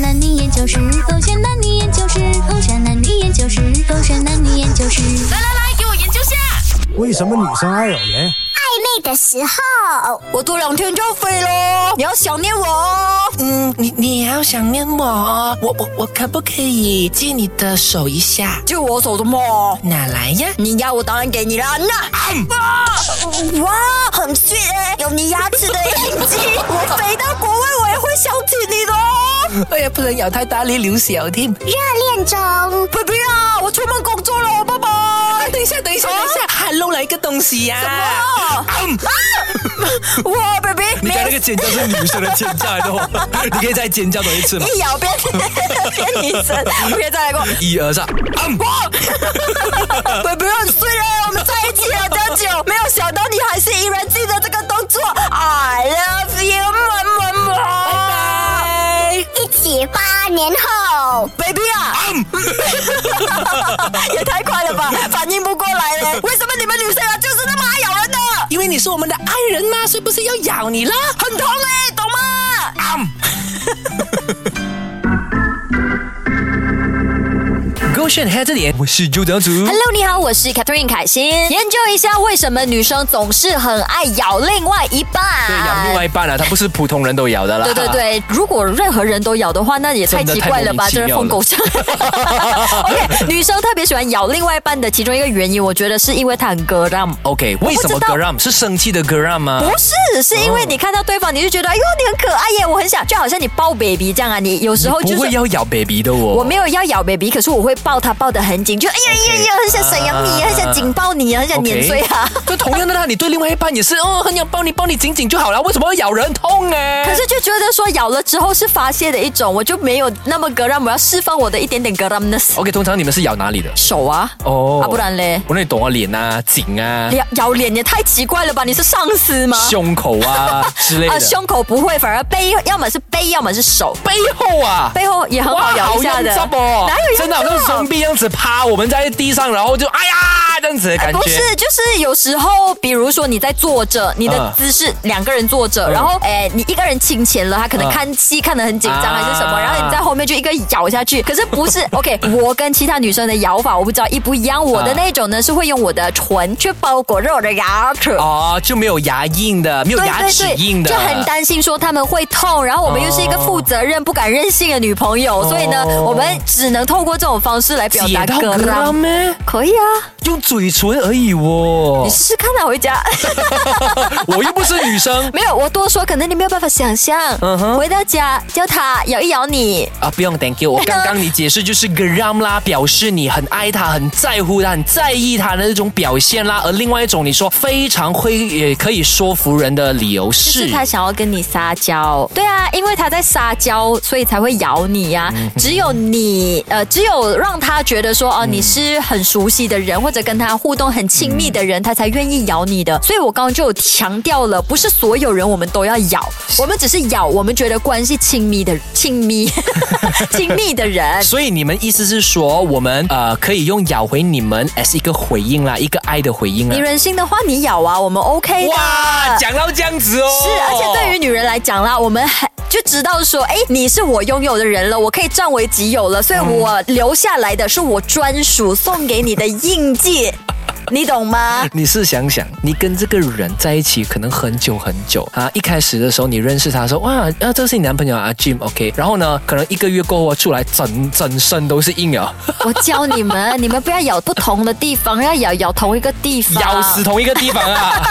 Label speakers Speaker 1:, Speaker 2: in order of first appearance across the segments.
Speaker 1: 男女研究室，狗选男女研究室，狗选男女研究室，狗选男女研究室。
Speaker 2: 来来来，给我研究下。
Speaker 3: 为什么女生爱咬人？
Speaker 4: 暧昧的时候，
Speaker 5: 我头两天就要飞了，你要想念我哦。
Speaker 6: 嗯，你你要想念我哦，我我我可不可以借你的手一下？
Speaker 5: 借我手的嘛？
Speaker 6: 哪来呀？
Speaker 5: 你要我当然给你啦，那啊，
Speaker 4: 哇，很 sweet
Speaker 5: 欸
Speaker 4: 哎，有你牙 齿的印记。我飞到国外，我也会想起你的哦。
Speaker 7: 嗯
Speaker 6: 哎呀，不能咬太大力，流血哦添。啊
Speaker 4: 热恋中，
Speaker 5: b a b y 啊，我出门工作了，拜拜。
Speaker 6: 等一下，等一下，等一下，还漏了一个东西呀、
Speaker 8: 哦
Speaker 5: 啊，哇，baby，
Speaker 8: 你刚那个尖叫是女生的尖叫来的哦， 你可以再尖叫多一次吗？
Speaker 5: 一咬变变女生，OK，再来过。
Speaker 8: 一嗯而上，
Speaker 5: baby 很碎了，我们在一起了这么久，没有想到你还是依然记得这个动作。I love you，么么么。
Speaker 4: 一起八年 后，
Speaker 5: baby 啊，
Speaker 8: 嗯
Speaker 5: 也太快了吧，反应不过来了。为什么你们女生啊就是那么爱咬人呢？
Speaker 6: 因为你是我们的爱人嘛，所以不是要咬你啦？
Speaker 5: 很痛
Speaker 7: 欸
Speaker 5: 哎、懂吗？
Speaker 6: 嗯 勾选黑着脸，
Speaker 8: 我是周教主。
Speaker 7: Hello，你好，我是 Catherine 凯欣。研究一下为什么女生总是很爱咬另外一半。
Speaker 8: 对，咬另外一半啊，他不是普通人都咬的啦。
Speaker 7: 哎对对对，如果任何人都咬的话，那也太
Speaker 8: 真的
Speaker 7: 奇
Speaker 8: 太
Speaker 7: 怪了吧，这
Speaker 8: 莫名其
Speaker 7: 是
Speaker 8: 妙
Speaker 7: 疯狗症。OK，女 生特别喜欢咬另外一半的其中一个原因，我觉得是因为她很割让。
Speaker 8: OK，为什
Speaker 7: 我不
Speaker 8: 么
Speaker 7: 知道
Speaker 8: gram 是生气的 gram 吗？
Speaker 7: 不是，是因为你看到对方，你就觉得哎呦你很可爱耶，我很想，就好像你抱 baby 这样啊，你有时候就是
Speaker 8: 不会要咬 baby 的哦。
Speaker 7: 我没有要咬 baby，可是我会抱他抱得很紧，就哎呀哎呀哎呀，很想沈阳你，
Speaker 8: 啊
Speaker 7: 很想紧抱你，很想碾碎他。
Speaker 8: 就同样的啦，你对另外一半也是哦，很想抱你抱你紧紧就好了，为什么要咬人痛 哎？
Speaker 7: 可是就觉得说咬了之后是发泄的一种，我就没有那么格让，我要释放我的一点点格让的
Speaker 8: OK，通常你们是咬哪里的？
Speaker 7: 手啊，
Speaker 8: 哦
Speaker 7: 啊不然嘞，
Speaker 8: 我那你懂啊，脸啊、颈啊、
Speaker 7: 咬咬脸也太奇怪了吧？你是上司吗？
Speaker 8: 胸口啊之类的。
Speaker 7: 啊，胸口不会，反而背，要么是背，要么是手，
Speaker 8: 背后啊，
Speaker 7: 背后也很
Speaker 8: 哇，
Speaker 7: 好咬一下的，
Speaker 8: 好用力哦
Speaker 7: 哪有啊用
Speaker 8: 真的好像
Speaker 7: 力
Speaker 8: 生病样子趴我们在地上，然后就哎呀这样子的感觉。
Speaker 7: 不是，就是有时候，比如说你在坐着，你的
Speaker 8: 嗯
Speaker 7: 姿势、两个人坐着，
Speaker 8: 嗯
Speaker 7: 然后哎，你一个人清前了，他可能
Speaker 8: 嗯
Speaker 7: 看戏看得很紧张
Speaker 8: 啊
Speaker 7: 还是什么，然后你在后面就一个咬下去。可是不 是？OK，我跟其他女生的咬法我不知道一不一样，我的
Speaker 8: 嗯
Speaker 7: 那种呢是会用我的唇去包裹着我的牙齿。
Speaker 8: 哦，就没有牙印的，没有
Speaker 7: 对
Speaker 8: 牙齿
Speaker 7: 对
Speaker 8: 印
Speaker 7: 对，
Speaker 8: 的，
Speaker 7: 就很担心说他们会痛，然后我们又是一个
Speaker 8: 哦
Speaker 7: 负责任、不敢任性的女朋友，所以呢，
Speaker 8: 哦
Speaker 7: 我们只能透过这种方式来表
Speaker 8: 解
Speaker 7: 达
Speaker 8: 到
Speaker 7: 割
Speaker 8: 了
Speaker 7: 让。
Speaker 8: 咩？
Speaker 7: 可以啊，
Speaker 8: 用嘴唇而已哦
Speaker 7: 你，试试看啊，回家。
Speaker 8: 我又不是女生
Speaker 7: 没有，我多说可能你没有办法想象。
Speaker 8: 嗯哼
Speaker 7: 回到家叫他咬一咬你，
Speaker 8: 啊！不用 ，thank you。我刚刚你解释就是 gram 啦，表示你很爱他、很在乎他、很在意他的那种表现啦。而另外一种你说非常会也可以说服人的理由
Speaker 7: 就是
Speaker 8: 是，
Speaker 7: 他想要跟你撒娇。对啊，因为他在撒娇，所以才会咬你呀、
Speaker 8: 嗯
Speaker 7: 只有你呃，只有让他觉得说哦、
Speaker 8: 嗯
Speaker 7: 你是很熟悉的人，或者跟他互动很亲密的
Speaker 8: 嗯
Speaker 7: 人，他才愿意咬你的。所以我刚刚就有强调了，不是所有人我们都要咬，我们只是咬我们觉得关系亲密的亲密 亲密的人。
Speaker 8: 所以你们意 思是说，我们呃可以用咬回你们 as 一个回应啦，一个爱的回应啦
Speaker 7: 你。忍心的话，你咬啊，我们 OK 的。
Speaker 8: 哇，讲到这样子哦，
Speaker 7: 是，而且对于女人来讲啦，我们很就知道说，哎，你是我拥有的人了，我可以占为己有了，所以我留下来的是我专属送给你的印记， 你懂吗？
Speaker 8: 你是想想，你跟这个人在一起可能很久很久啊，一开始的时候你认识他说哇，啊这是你男朋友啊，Jim，OK，、然后呢，可能一个月过后出来，整整身都是 印啊，
Speaker 7: 我教你们，你们不要咬不同的地方，要咬咬同一个地方。
Speaker 8: 咬死同一个地方 啊，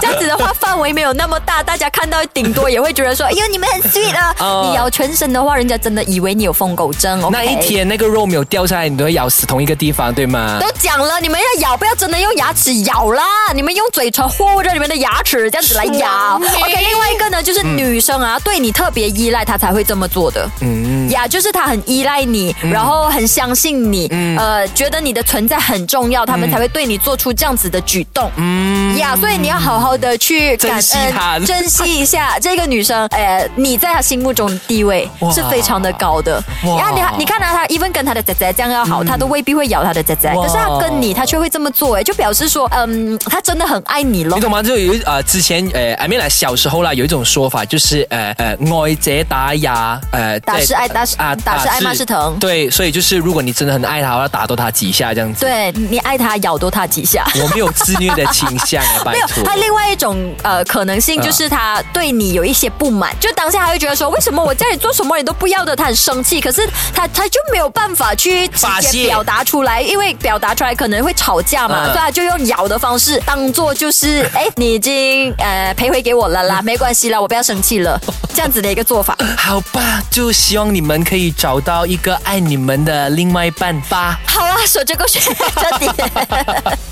Speaker 7: 这样子的话，范围没有那么大，大家看到顶多也会觉得说，哎呦，你们很 sweet 啊。
Speaker 8: 哦
Speaker 7: 你咬全身的话，人家真的以为你有疯狗症。
Speaker 8: 那一。天那个肉没有掉下来，你都会咬死同一个地方，对吗？
Speaker 7: 都讲了，你们要咬，不要真的用牙齿咬啦，你们用嘴唇护着你们的牙齿，这样子来咬。OK，另外一个呢，就是女生啊，对你特别依赖，她才会这么做的。嗯，呀，就是她很依赖你，
Speaker 8: 嗯
Speaker 7: 然后很相信你，呃，觉得你的存在很重要，
Speaker 8: 嗯
Speaker 7: 他们才会对你做出这样子的举动。嗯，呀，所以你要好好的去感
Speaker 8: 珍惜她
Speaker 7: 恩，珍惜一下这个女生，呃，你在她心目中的地位
Speaker 8: 哇
Speaker 7: 是非常的高的。
Speaker 8: 哇嗯
Speaker 7: 然后你你看到她，even 跟她的姐姐这样要好，她都未必会咬她的姐姐。
Speaker 8: 哇
Speaker 7: 可是他跟你，他却会这么做，哎，就表示说，嗯，他真的很爱你咯
Speaker 8: 你。懂吗？就有一呃，之前呃，I mean 啦，小时候啦，有一种说法就是呃呃，爱者打呀，呃，
Speaker 7: 打是爱打是打是爱骂是疼
Speaker 8: 对，所以就是如果你真的很爱他，要打多他几下这样子。
Speaker 7: 对你爱他，咬多他几下。
Speaker 8: 我没有自虐的倾向啊，拜
Speaker 7: 没有，
Speaker 8: 托。
Speaker 7: 他另外一种呃可能
Speaker 8: 嗯
Speaker 7: 性就是他对你有一些不满，就当下他会觉得说，为什么我叫你做什么你都不要的，他很生气。可是他他就没有办法去直
Speaker 8: 发
Speaker 7: 接
Speaker 8: 泄
Speaker 7: 表达出来，因为表达出来可能会吵架嘛，
Speaker 8: 嗯
Speaker 7: 所以他就用咬的方式当做就是， 哎，你已经呃赔回给我了啦，没关系啦，我不要生气了，这样子的一个做法。
Speaker 8: 好吧，就希望你们可以找到一个爱你们的另外一半吧。
Speaker 7: 好啦，手就过去 这点。